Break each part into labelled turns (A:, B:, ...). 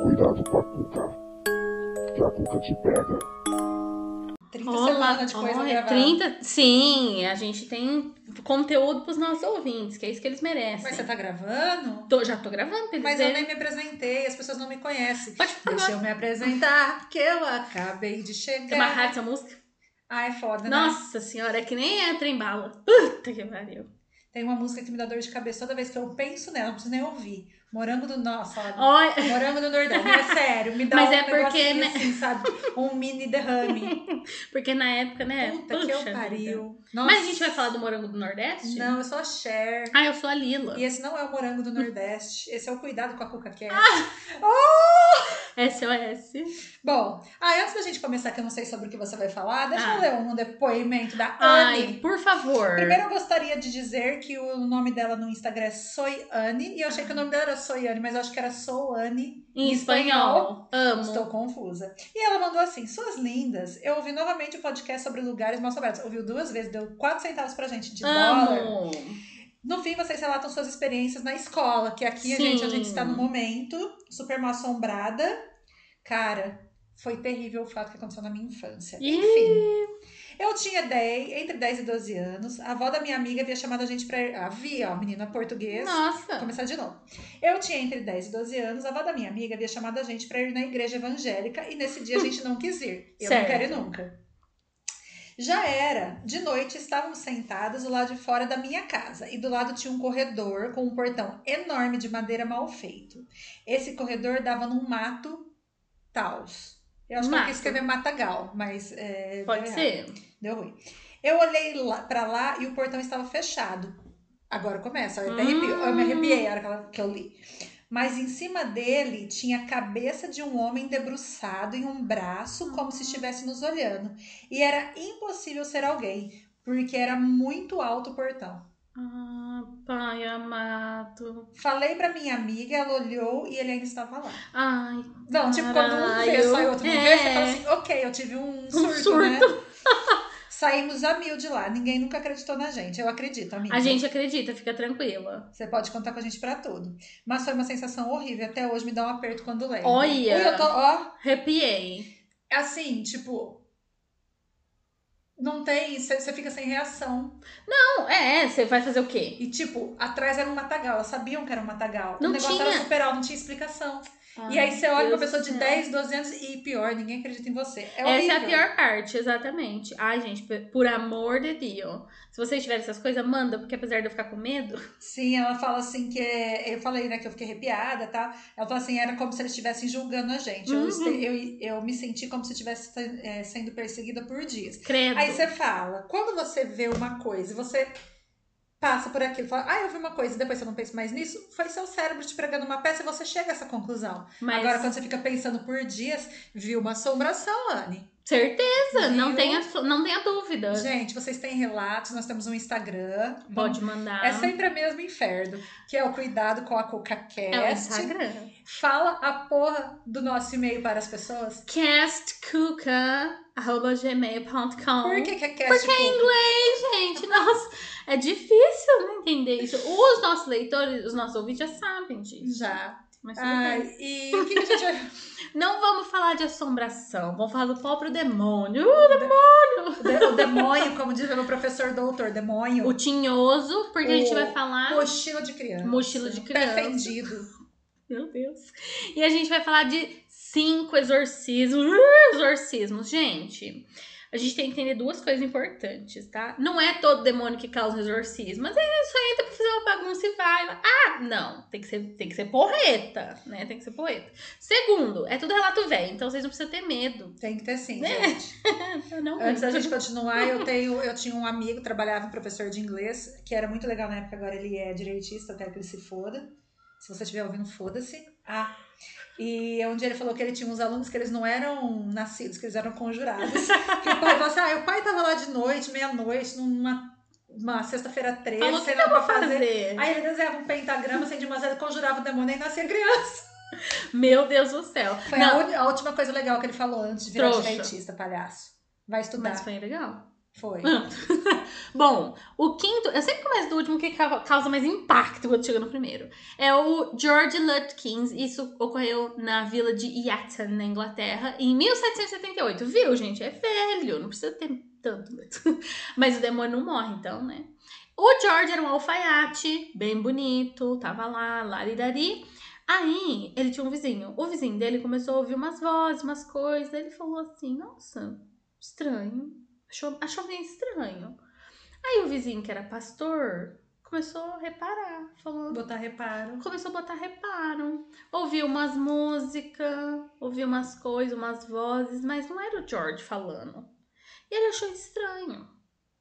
A: cuidado com a cuca. Que a cuca te pega.
B: 30 semanas de coisa
C: olha,
B: gravada.
C: 30, sim, a gente tem conteúdo pros nossos ouvintes, que é isso que eles merecem.
B: Mas você tá gravando?
C: Tô- já tô gravando pra eles
B: Mas eu
C: verem.
B: nem me apresentei, as pessoas não me conhecem.
C: Pode falar.
B: Deixa eu me amarrar, que eu acabei de
C: Tem é uma
B: chegar.
C: raiva dessa música?
B: Ah, é foda, né?
C: Nossa senhora, é que nem entra em bala. Puta que pariu.
B: Tem uma música que me dá dor de cabeça toda vez que eu penso nela, não preciso nem ouvir. Morango do. Nossa, olha.
C: Olha,
B: Morango do Nordeste, é sério, me dá
C: Mas
B: um
C: é
B: negocinho
C: porque, né?
B: assim, sabe? Um mini derrame.
C: porque na época, né?
B: Puta que eu
C: puxa vida.
B: pariu.
C: Mas a gente vai falar do morango do Nordeste?
B: Não, eu sou a Cher.
C: Ah, eu sou a Lila.
B: E esse não é o morango do Nordeste. Esse é o cuidado com a cuca que é.
C: SOS.
B: Bom, ah, antes da gente começar, que eu não sei sobre o que você vai falar, deixa
C: Ah.
B: eu ler um depoimento da Anne.
C: Ai, por favor.
B: Primeiro eu gostaria de dizer que o nome dela no Instagram é Soy Anne, e eu achei que o nome dela era Soy Anne, mas eu acho que era Sou Anne.
C: em espanhol. Amo.
B: Estou confusa. E ela mandou assim: Suas lindas, eu ouvi novamente o podcast sobre lugares mal sobrados. Ouviu duas vezes, deu 4 centavos pra gente de dólar.
C: Amo.
B: No fim, vocês relatam suas experiências na escola, que aqui a
C: Sim.
B: gente, a gente está no momento, super mal assombrada. Cara, foi terrível o fato que aconteceu na minha infância.
C: Ih.
B: Enfim. Eu tinha 10, entre 10 e 12 anos. A avó da minha amiga havia chamado a gente pra. ir- Havia, ó, menina portuguesa. Vou
C: Nossa.
B: começar de novo. Eu tinha entre 10 e 12 anos, a avó da minha amiga havia chamado a gente para ir na igreja evangélica e nesse dia a gente não quis ir. Eu
C: Certo.
B: não quero ir nunca. Já era. De noite estávamos sentados do lado de fora da minha casa e do lado tinha um corredor com um portão enorme de madeira mal feito. Esse corredor dava num mato taus. Eu acho que eu
C: Mato.
B: quis escrever matagal, mas é,
C: Pode
B: deu errado.
C: ser.
B: Deu ruim. Eu olhei lá, pra lá e o portão estava fechado. Agora começa, eu até arrepio. Eu me arrepiei a hora que, ela- que eu li. Mas em cima dele tinha a cabeça de um homem debruçado em um braço, como se estivesse nos olhando. E era impossível ser alguém, porque era muito alto o portão.
C: Ah, pai amado.
B: Falei pra minha amiga, ela olhou e ele ainda estava lá.
C: Ai,
B: Não, tipo, quando um vê,
C: Caralho.
B: sai outro não
C: É.
B: vê, você fala assim, ok, eu tive um surto,
C: surto.
B: né? Saímos a mil de lá, ninguém nunca acreditou na gente, eu acredito, amiga.
C: a gente acredita, fica tranquila.
B: Você pode contar com a gente pra tudo. Mas foi uma sensação horrível, até hoje me dá um aperto quando lembro.
C: Olha!
B: Ui, eu tô, ó,
C: Arrepiei.
B: assim, tipo... Não tem, você você fica sem reação.
C: Não, é, é, você vai fazer o quê?
B: E tipo, atrás era um matagal, elas sabiam que era um matagal.
C: Não
B: o negócio
C: tinha.
B: era super alto, não tinha explicação. e aí você olha pra pessoa de
C: Deus do céu.
B: 10, 12 anos e pior, ninguém acredita em você. É
C: Essa é a
B: horrível.
C: pior parte, exatamente. Ai, gente, pe- por amor de Deus. Se vocês tiverem essas coisas, manda, porque apesar de eu ficar com medo.
B: Sim, ela fala assim que é- eu falei, né, que eu fiquei arrepiada, tá? Ela fala assim, era como se eles estivessem julgando a gente. Eu,
C: Uhum.
B: este- eu, eu me senti como se estivesse eh, sendo perseguida por dias.
C: Credo.
B: Aí você fala, quando você vê uma coisa e você passa por aquilo, fala, ah, eu vi uma coisa, e depois você não pensa mais nisso, foi seu cérebro te pregando uma peça e você chega a essa conclusão.
C: Mas
B: Agora, quando você fica pensando por dias, viu uma assombração, Anne.
C: certeza, é, não
B: Viu?
C: tenha, su- não tenha dúvida.
B: Gente, vocês têm relatos, nós temos um Instagram.
C: Pode mandar.
B: É sempre a mesma inferno, que é o cuidado com a
C: Tá. é o
B: CocaCast.
C: Instagram.
B: Fala a porra do nosso e-mail para as pessoas.
C: Castcuca.gmail.com
B: Por que, que é cast? Porque é inglês.
C: Ei, gente, nossa, é difícil não entender isso. Os nossos leitores, os nossos ouvintes já sabem disso.
B: Já.
C: Mas tudo
B: Ai,
C: bem.
B: e o que, que a gente vai
C: Não vamos falar de assombração, vamos falar do próprio demônio.
B: o de- O demônio, como diz meu professor doutor, demônio.
C: O tinhoso, porque a gente
B: O-
C: vai falar.
B: Mochila de criança. Tá
C: Mochila de criança.
B: Defendido.
C: Meu Deus. E a gente vai falar de cinco exorcismos. Uh, Exorcismos, gente. A gente tem que entender duas coisas importantes, tá? Não é todo demônio que causa um exorcismo, mas ele só entra pra fazer uma bagunça e vai. Ah, não. Tem que ser, tem que ser porreta, né? Tem que ser porreta. Segundo, é tudo relato velho, então vocês não precisam ter medo.
B: Tem que ter sim,
C: Né?
B: gente.
C: Não
B: Antes da
C: muito.
B: gente continuar, eu, tenho, eu tinha um amigo, trabalhava um professor de inglês, que era muito legal na época, agora ele é direitista, até que ele se foda. Se você estiver ouvindo, foda-se. Ah, e onde ele falou que ele tinha uns alunos que eles não eram nascidos, que eles eram conjurados. que o pai falou assim, ah, o pai tava lá de noite, meia-noite, numa uma sexta-feira 13,
C: Falou, "O que
B: sei
C: que
B: lá
C: eu
B: pra
C: vou
B: fazer.
C: fazer?
B: Aí ele desenhava um pentagrama, assim, de uma maneira, conjurava o demônio e nascia criança.
C: Meu Deus do céu.
B: Foi a,
C: não,
B: uni- a última coisa legal que ele falou antes de virar
C: Trouxa.
B: direitista, palhaço. Vai estudar.
C: mas foi legal.
B: Foi.
C: Bom, o quinto, eu sempre começo do último que ca- causa mais impacto quando chega no primeiro. É o George Lutkins. Isso ocorreu na vila de Yatton, na Inglaterra, em 1778. Viu, gente? É velho, não precisa ter tanto medo. Mas o demônio não morre, então, né? O George era um alfaiate, bem bonito, tava lá, laridari. Aí, ele tinha um vizinho. O vizinho dele começou a ouvir umas vozes, umas coisas. Ele falou assim: Nossa, estranho. Achou, achou meio estranho. Aí o vizinho que era pastor começou a reparar, falou,
B: Botar reparo.
C: começou a botar reparo, ouviu umas músicas, ouviu umas coisas, umas vozes, mas não era o George falando. E ele achou estranho.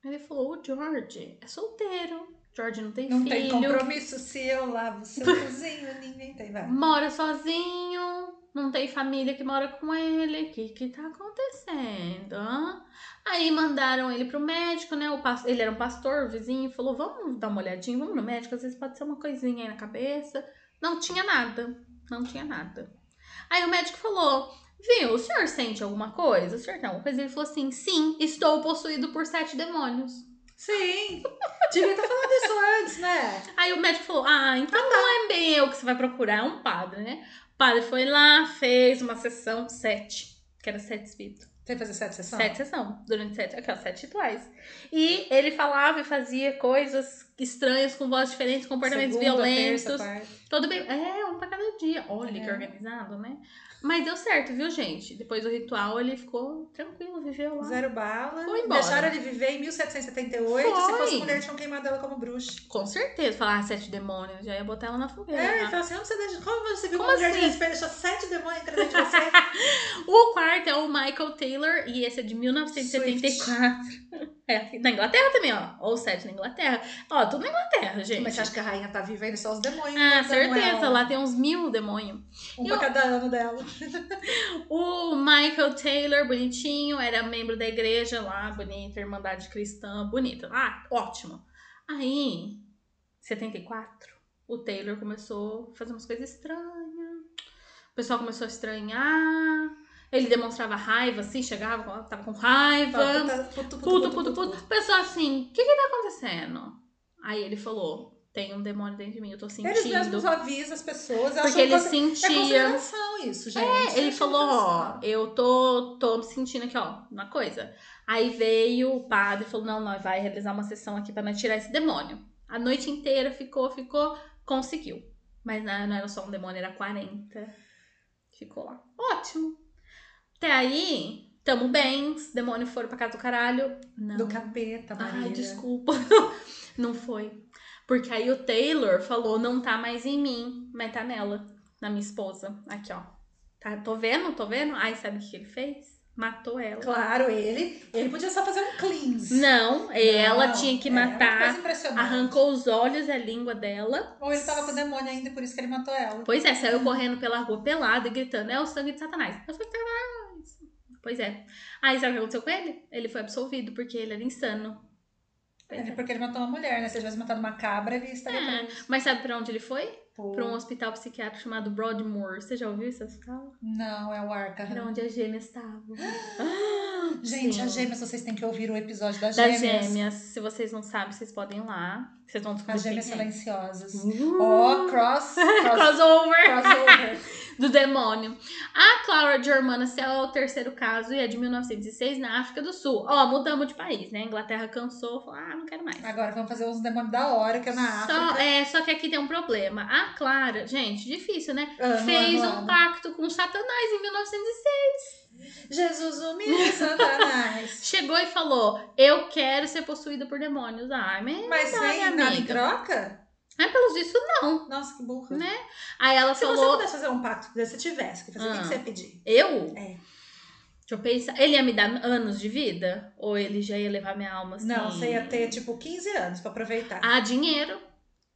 C: Ele falou, o George é solteiro, George não tem
B: Não
C: filho,
B: tem compromisso se eu lavo seu
C: é um
B: cozinho, ninguém tem. Vai.
C: mora sozinho, não tem família que mora com ele. O que que tá acontecendo? hã? Aí mandaram ele pro médico, né? O pas- Ele era um pastor, o vizinho, falou: vamos dar uma olhadinha, vamos no médico, às vezes pode ser uma coisinha aí na cabeça. Não tinha nada, não tinha nada. Aí o médico falou: viu, o senhor sente alguma coisa? O senhor tem alguma coisa? Ele falou assim: sim, estou possuído por sete demônios.
B: Sim! Devia ter falado isso antes, né?
C: Aí o médico falou: Ah, então
B: tá.
C: não é bem eu que você vai procurar, é um padre, né? O padre foi lá, fez uma sessão sete, que era sete espíritos.
B: Tem que fazer sete sessões?
C: Sete sessão, durante sete, aqui, ó, sete rituais. E ele falava e fazia coisas estranhas, com vozes diferentes, comportamentos
B: Segunda,
C: violentos.
B: terça, quarta.
C: Todo bem. É, um pra cada dia. Olha que
B: É.
C: organizado, né? Mas deu certo, viu, gente? Depois do ritual ele ficou tranquilo, viveu lá.
B: Zero bala.
C: Foi embora.
B: Deixaram ele viver em 1778.
C: Foi.
B: Se fosse mulher, tinham queimado ela como bruxa.
C: Com certeza, falar ah, sete demônios, já ia botar ela na fogueira.
B: É,
C: né?
B: ele falou assim: onde você deixa, como você viu
C: Como
B: uma mulher
C: assim?
B: de respeito deixou sete demônios atrás dentro de você?
C: O quarto é o Michael Taylor e esse é de 1974. É, na Inglaterra também, ó. Ou sete na Inglaterra. Ó, tudo na Inglaterra, gente.
B: Mas é um você acha que a rainha tá viva ainda? Só os demônios.
C: Ah,
B: mandam ela.
C: certeza. Lá tem uns mil demônios.
B: Um pra cada ano dela.
C: O Michael Taylor, bonitinho, era membro da igreja lá, bonita, Irmandade Cristã, bonita. Ah, ótimo. Aí, em 74, o Taylor começou a fazer umas coisas estranhas. O pessoal começou a estranhar. Ele demonstrava raiva, assim, chegava, tava com raiva.
B: Fala, puta,
C: puto, puto, puto. Pessoal assim, o que que tá acontecendo? Aí ele falou, tem um demônio dentro de mim, eu tô sentindo.
B: Eles mesmos avisam as pessoas. eu acho
C: porque ele
B: que É
C: sentia.
B: consideração isso, gente.
C: É,
B: é tipo
C: ele falou, ó, eu tô, tô me sentindo aqui, ó, uma coisa. Aí veio o padre e falou, não, nós vai realizar uma sessão aqui pra nós tirar esse demônio. A noite inteira ficou, ficou, conseguiu. Mas não, não era só um demônio, era 40. Ficou lá. Ótimo. Até aí, tamo bem, os demônios foram pra casa do caralho. Não.
B: Do capeta, Maria.
C: Ai, desculpa. Não foi. Porque aí o Taylor falou, não tá mais em mim, mas tá nela, na minha esposa. Aqui, ó. Tá, tô vendo, tô vendo. Ai, sabe o que que ele fez? Matou ela.
B: Claro, ele, ele podia só fazer um cleanse.
C: Não, ela
B: Não,
C: tinha que
B: é, uma
C: matar.
B: coisa impressionante.
C: arrancou os olhos e a língua dela.
B: Ou ele tava com o demônio ainda, por isso que ele matou ela.
C: Pois é, saiu correndo pela rua pelada e gritando, é o sangue de Satanás. É o sangue de Satanás. Pois é. Aí sabe o que aconteceu com ele? Ele foi absolvido porque ele era insano. Pois
B: É
C: é.
B: porque ele matou uma mulher, né? Se ele tivesse matado uma cabra, ele estaria
C: É,
B: preso.
C: Mas sabe pra onde ele foi?
B: Pô,
C: para um hospital psiquiátrico chamado Broadmoor. Você já ouviu esse hospital?
B: Não, é o Arca.
C: Era onde as gêmeas estavam.
B: Gente,
C: Sim.
B: as gêmeas, vocês têm que ouvir o episódio das
C: Das
B: gêmeas.
C: gêmeas. Se vocês não sabem, vocês podem ir lá. Vocês vão descobrir.
B: As gêmeas
C: quem é.
B: silenciosas. Ó,
C: Uh,
B: cross, cross,
C: crossover
B: crossover.
C: do demônio. A Clara Germanacel é o terceiro caso e é de 1906 na África do Sul. Ó, mudamos de país, né? A Inglaterra cansou, falou, ah, não quero mais.
B: Agora vamos fazer uns demônios da hora, que é na
C: Só,
B: África.
C: é, só que aqui tem um problema. A Clara, gente, difícil, né?
B: Amo,
C: Fez
B: amo,
C: um
B: amo.
C: pacto com Satanás em 1906.
B: Jesus humilha Satanás.
C: chegou e falou: Eu quero ser possuída por demônios. Ah, mas,
B: Mas
C: Ai,
B: nem nada em
C: amiga.
B: troca?
C: não é pelos isso, não.
B: Nossa, que burra.
C: Né? Aí ela
B: Se você
C: falou:
B: pudesse fazer um pacto, se você tivesse que fazer, o
C: Ah.
B: que que você ia pedir?
C: Eu?
B: É.
C: Deixa eu pensar. Ele ia me dar anos de vida? Ou ele já ia levar minha alma assim?
B: Não, você ia ter tipo 15 anos pra aproveitar.
C: Ah, dinheiro.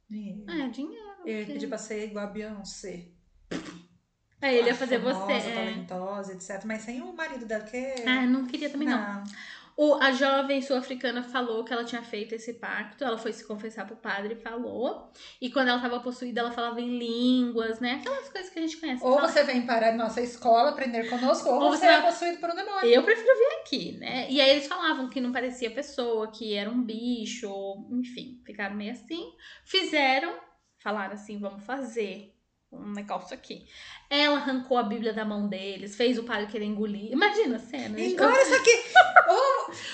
B: Dinheiro.
C: É, dinheiro.
B: Eu ia
C: sim.
B: pedir pra ser igual a Beyoncé.
C: Aí ele ia
B: Ah,
C: fazer você.
B: famosa,
C: É.
B: talentosa, etc. Mas sem o marido dela, que...
C: Ah, não queria também não. O, a jovem sul-africana falou que ela tinha feito esse pacto, ela foi se confessar pro padre e falou. E quando ela tava possuída, ela falava em línguas, né? Aquelas coisas que a gente conhece.
B: Ou
C: Fala-
B: você vem para a nossa escola aprender conosco, ou,
C: Ou
B: você
C: você
B: é possuído por um demônio.
C: Eu prefiro vir aqui. aqui, né? E aí eles falavam que não parecia pessoa, que era um bicho, ou, enfim, ficaram meio assim. Fizeram, falaram assim: vamos fazer um negócio aqui. Ela arrancou a Bíblia da mão deles, fez o padre querer engolir. Imagina a cena. gente.
B: Engole isso aqui.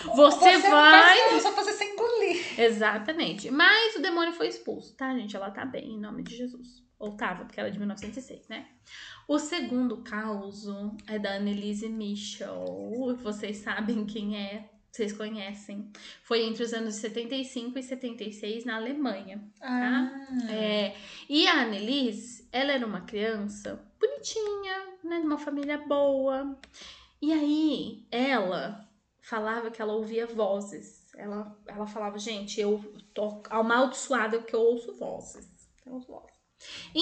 B: Ô,
C: Você vai.
B: faz- Eu só fazer sem engolir.
C: Exatamente. Mas o demônio foi expulso, tá, gente? Ela tá bem, em nome de Jesus. Ou tava, porque ela é de 1906, né? O segundo caos é da Annelise Michel. Vocês sabem quem é, vocês conhecem. Foi entre os anos 75 e 76 na Alemanha. Tá.
B: Ah,
C: É, e a Annelise, ela era uma criança bonitinha, né? De uma família boa. E aí, ela falava que ela ouvia vozes. Ela, ela falava, gente, eu tô amaldiçoada porque eu ouço vozes. Eu ouço vozes. Então,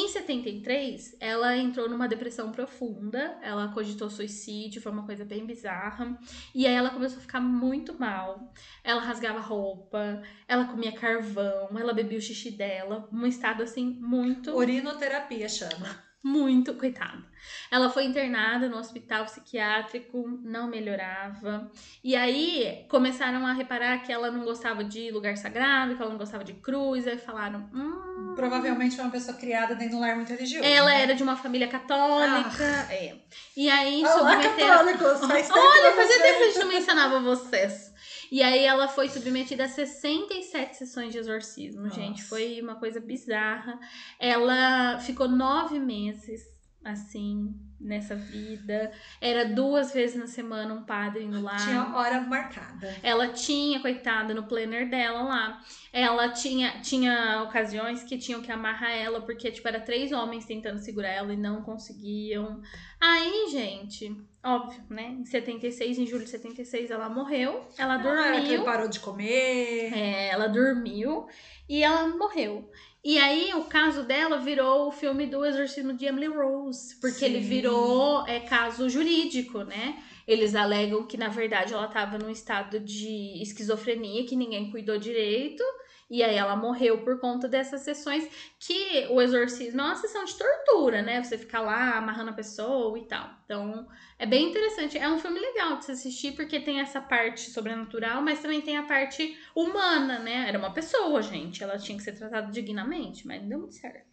C: Em 73, ela entrou numa depressão profunda, ela cogitou suicídio, foi uma coisa bem bizarra. E aí ela começou a ficar muito mal. Ela rasgava roupa, ela comia carvão, ela bebia o xixi dela, um estado assim muito,
B: Urinoterapia chama.
C: muito coitada. Ela foi internada no hospital psiquiátrico, não melhorava. E aí começaram a reparar que ela não gostava de lugar sagrado, que ela não gostava de cruz, aí falaram, hum,
B: Provavelmente foi uma pessoa criada dentro de um lar muito religioso.
C: ela é
B: né?
C: era de uma família católica. É. E aí
B: Ah. Olha lá,
C: submeteram.
B: católicos, faz tempo que
C: Olha,
B: eu não
C: fazia
B: sei.
C: tempo que a gente não mencionava vocês. E aí ela foi submetida a 67 sessões de exorcismo,
B: Nossa.
C: gente. Foi uma coisa bizarra. Ela ficou nove meses, assim, nessa vida. Era duas vezes na semana um padre indo lá.
B: Tinha hora marcada.
C: Ela tinha, coitada, no planner dela lá. Ela tinha, tinha ocasiões que tinham que amarrar ela, porque, tipo, era três homens tentando segurar ela e não conseguiam. Aí, gente, óbvio, né? Em 76, em julho de 76, ela morreu. Ela
B: Ah, que ele
C: dormiu.
B: parou de comer.
C: É, ela dormiu e ela morreu. E aí, o caso dela virou o filme do Exorcismo de Emily Rose, porque ele
B: Sim.
C: virou é, caso jurídico, né? Eles alegam que, na verdade, ela estava num estado de esquizofrenia, que ninguém cuidou direito, e aí ela morreu por conta dessas sessões, que o exorcismo é uma sessão de tortura, né? Você ficar lá amarrando a pessoa e tal. Então, é bem interessante. É um filme legal de se assistir, porque tem essa parte sobrenatural, mas também tem a parte humana, né? Era uma pessoa, gente. Ela tinha que ser tratada dignamente, mas não deu muito certo.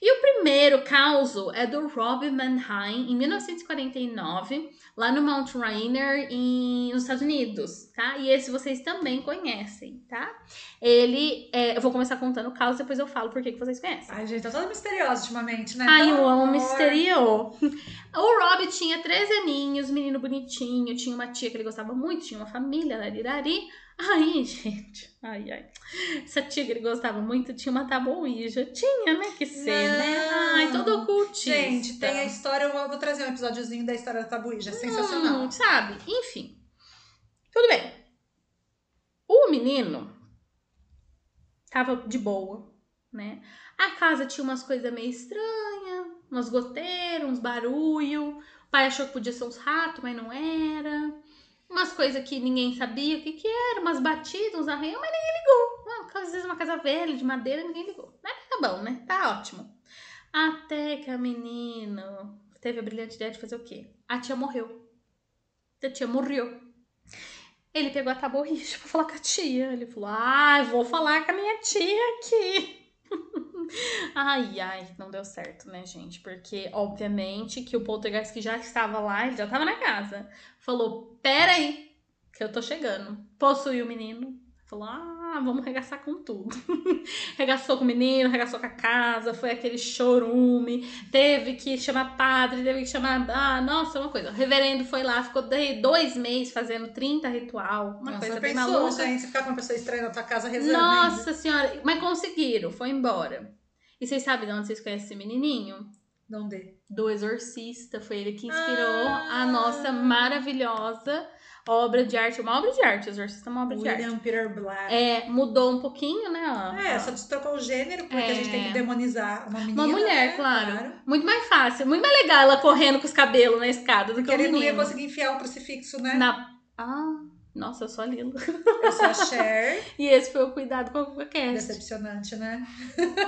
C: E o primeiro caso é do Rob Mannheim, em 1949, lá no Mount Rainier, em- nos Estados Unidos, tá? E esse vocês também conhecem, tá? Ele, é, eu vou começar contando o caso, depois eu falo por que que vocês conhecem.
B: Ai, gente, tá toda misteriosa ultimamente, né?
C: Ai,
B: Pelo
C: eu amo
B: amor.
C: misterio. O Rob tinha 13 aninhos, menino bonitinho, tinha uma tia que ele gostava muito, tinha uma família, larirari. Ai, gente, ai, ai. Essa tia que ele gostava muito tinha uma tabuija. Tinha, né, que ser, né?
B: Não.
C: Ai, todo ocultista.
B: Gente, tem a história, eu vou vou trazer um episódiozinho da história da Tabuíja, é sensacional.
C: Hum, sabe? Enfim. Tudo bem. O menino tava de boa, né? A casa tinha umas coisas meio estranhas, umas goteiras, uns barulho. O pai achou que podia ser uns ratos, mas não era. Umas coisas que ninguém sabia o que que era, umas batidas, uns arranhões, mas ninguém ligou. Ah, Às vezes uma casa velha, de madeira, ninguém ligou. Mas tá bom, né? Tá ótimo. Até que a menina teve a brilhante ideia de fazer o quê? A tia morreu. A tia morreu. Ele pegou a taborricha pra falar com a tia. Ele falou: Ah, vou falar com a minha tia aqui. ai, ai, não deu certo, né, gente? Porque, obviamente, que o poltergeist que já estava lá, ele já estava na casa, falou: Pera aí, que eu tô chegando. Possuiu o menino. Falou: Ah, vamos regaçar com tudo. regaçou com o menino, regaçou com a casa, foi aquele chorume teve que chamar padre, teve que chamar. Ah, nossa, uma coisa. O reverendo foi lá, ficou daí dois meses fazendo 30 ritual, uma
B: Nossa,
C: coisa
B: já
C: bem
B: pensou,
C: maluca.
B: gente, você ficar com uma pessoa estranha na tua casa rezando? ainda?
C: Nossa senhora, mas conseguiram, foi embora. E vocês sabem de onde vocês conhecem esse menininho?
B: Não dê.
C: Do Exorcista, foi ele que inspirou
B: Ah.
C: a nossa maravilhosa obra de arte, uma obra de arte, Exorcista é uma obra de arte.
B: William Peter Black.
C: É, mudou um pouquinho, né? ó.
B: É, só trocou o gênero, porque
C: É.
B: a gente tem que demonizar uma menina.
C: Uma mulher,
B: né?
C: claro. Muito mais fácil, muito mais legal ela correndo com os cabelos na escada do que
B: Porque
C: o
B: ele não ia
C: um menino.
B: conseguir enfiar o crucifixo, né?
C: Na... Ah, nossa, eu sou a Lila.
B: Eu sou a Cher,
C: E esse foi o Cuidado com a Cast.
B: decepcionante, né?